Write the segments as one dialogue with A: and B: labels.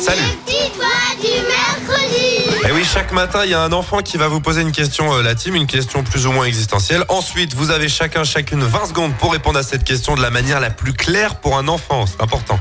A: Salut.
B: Les petites voix du mercredi.
A: Et oui, chaque matin, il y a un enfant qui va vous poser une question, euh, la team, une question plus ou moins existentielle. Ensuite, vous avez chacun, chacune 20 secondes pour répondre à cette question de la manière la plus claire pour un enfant. C'est important.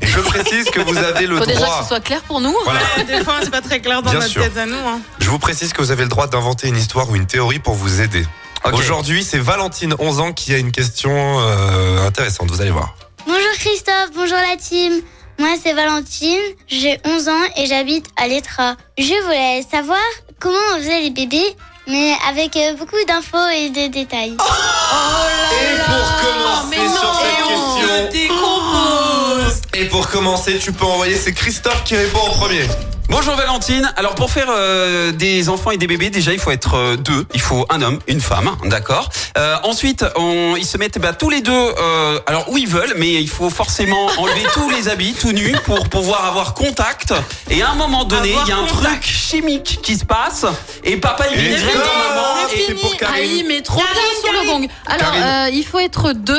A: Et je précise que vous avez le
C: Faut déjà que
A: droit.
C: ce soit clair pour nous.
A: Voilà.
D: Oh, Des fois, c'est pas très clair dans
A: Bien
D: notre
A: sûr.
D: tête à nous. hein.
A: Je vous précise que vous avez le droit d'inventer une histoire ou une théorie pour vous aider.
E: Ok.
A: Aujourd'hui, c'est Valentine, 11 ans, qui a une question euh, intéressante. Vous allez voir.
B: Bonjour Christophe, bonjour la team. Moi c'est Valentine, j'ai 11 ans et j'habite à l'Etra. Je voulais savoir comment on faisait les bébés, mais avec euh, beaucoup d'infos et de détails.
A: Et pour
C: mais non.
A: commencer sur
D: Et on
A: cette
D: se
A: question,
D: décompose.
A: et pour commencer, tu peux envoyer, c'est Christophe qui répond en premier.
E: Bonjour Valentine. Alors pour faire euh, des enfants et des bébés, déjà il faut être euh, deux. Il faut un homme, une femme, d'accord. Euh, ensuite, on, ils se mettent bah, tous les deux. euh, alors où ils veulent, mais il faut forcément enlever tous les habits, tout nus, pour pouvoir avoir contact. Et à un moment donné,
D: Avoir
E: il y a un
D: contact.
E: truc chimique qui se passe. Et papa il
A: Et
E: vient
A: non,
E: maman.
A: c'est
E: Et
A: pour Karine.
C: Aïe, mais trop
D: Karine,
C: bien sur le gong.
D: Karine.
C: Alors, euh, il faut être deux,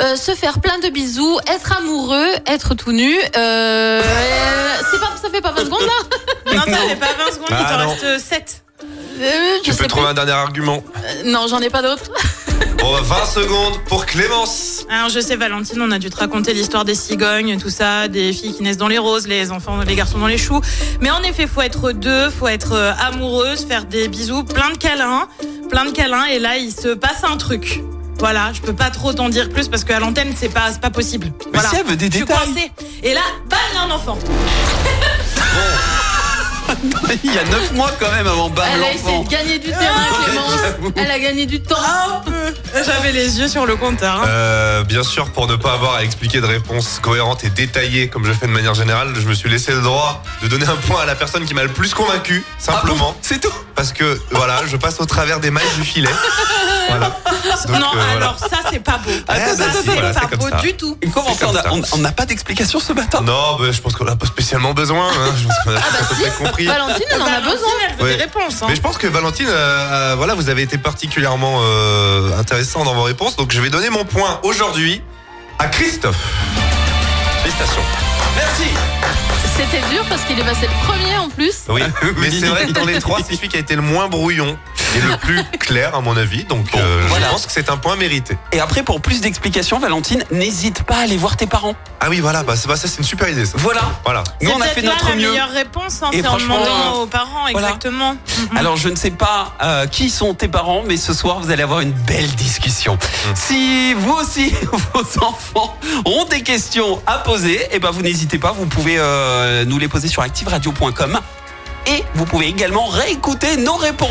C: euh, se faire plein de bisous, être amoureux, être tout nu. Euh, euh, c'est pas, ça fait pas 20 secondes là
D: Non, ça fait pas 20 secondes,
A: Bah,
D: il t'en
A: non.
D: reste 7.
C: Euh, je
A: Tu peux
C: sais
A: trouver
C: plus.
A: un dernier argument.
C: Euh, Non, j'en ai pas d'autres.
A: Bon, bah, 20 secondes pour Clémence.
D: Alors, je sais, Valentine, on a dû te raconter l'histoire des cigognes, tout ça, des filles qui naissent dans les roses, les enfants, les garçons dans les choux. Mais en effet, faut être deux, faut être euh, amoureuse, faire des bisous, plein de câlins, plein de câlins. Et là, il se passe un truc. Voilà, je peux pas trop t'en dire plus parce qu'à l'antenne, c'est pas, c'est pas possible.
E: Mais
D: voilà.
E: si elle veut des
D: Je suis
E: détails.
D: coincée. Et là, bam, il y a un enfant.
E: Il y a 9 mois quand même avant bam
C: Elle a essayé
E: l'enfant.
C: de gagner du terrain,
A: Ah,
C: Clémence. Elle a gagné du temps.
D: Un peu. J'avais les yeux sur le compteur. hein.
A: Euh, bien sûr, pour ne pas avoir à expliquer de réponse cohérente et détaillée comme je fais de manière générale, je me suis laissé le droit de donner un point à la personne qui m'a le plus convaincu,
E: Ah bon
A: simplement.
E: c'est tout.
A: parce que, voilà, je passe au travers des mailles du filet. Voilà. Donc,
D: non,
A: euh, voilà.
D: alors ça, c'est pas beau.
A: bah,
E: Attends, attends,
A: si,
E: attends,
A: voilà, c'est
D: pas
A: comme
D: beau
A: ça.
D: du tout.
E: Comment
A: C'est
E: ça,
A: comme
E: on a-
A: ça.
E: on- on n'a pas d'explication ce matin
A: Non, bah, je pense qu'on n'a pas spécialement besoin. hein. Je pense qu'on a tous à peu près compris.
C: Valentine, on en a
D: Valentine,
C: besoin.
D: Elle veut
A: Ouais.
D: des réponses. hein.
A: Mais je pense que Valentine, euh, euh, voilà, vous avez été particulièrement euh, intéressant dans vos réponses. Donc je vais donner mon point aujourd'hui à Christophe. Félicitations.
E: Merci.
C: C'était dur parce qu'il est passé le premier en plus.
A: Oui, mais
E: Oui.
A: c'est vrai que dans les trois, c'est celui qui a été le moins brouillon et le plus clair à mon avis. Donc euh,
E: voilà.
A: je pense que c'est un point mérité.
E: Et après, pour plus d'explications, Valentine, n'hésite pas à aller voir tes parents.
A: Ah oui, voilà, bah, c'est bah, ça, c'est une super idée. Ça.
E: Voilà.
A: Voilà.
E: Nous,
D: C'est
E: on a
D: peut-être
E: fait
D: là
E: notre
D: la
E: mieux.
D: meilleure réponse, hein,
E: Et
D: c'est en
E: franchement,
D: demandant aux parents,
E: voilà.
D: exactement. Mhm.
E: Alors, je ne sais pas euh, qui sont tes parents, mais ce soir, vous allez avoir une belle discussion. Si vous aussi, vos enfants ont des questions à poser, eh ben, vous n'hésitez pas, vous pouvez euh, nous les poser sur activeradio.com. Et vous pouvez également réécouter nos réponses.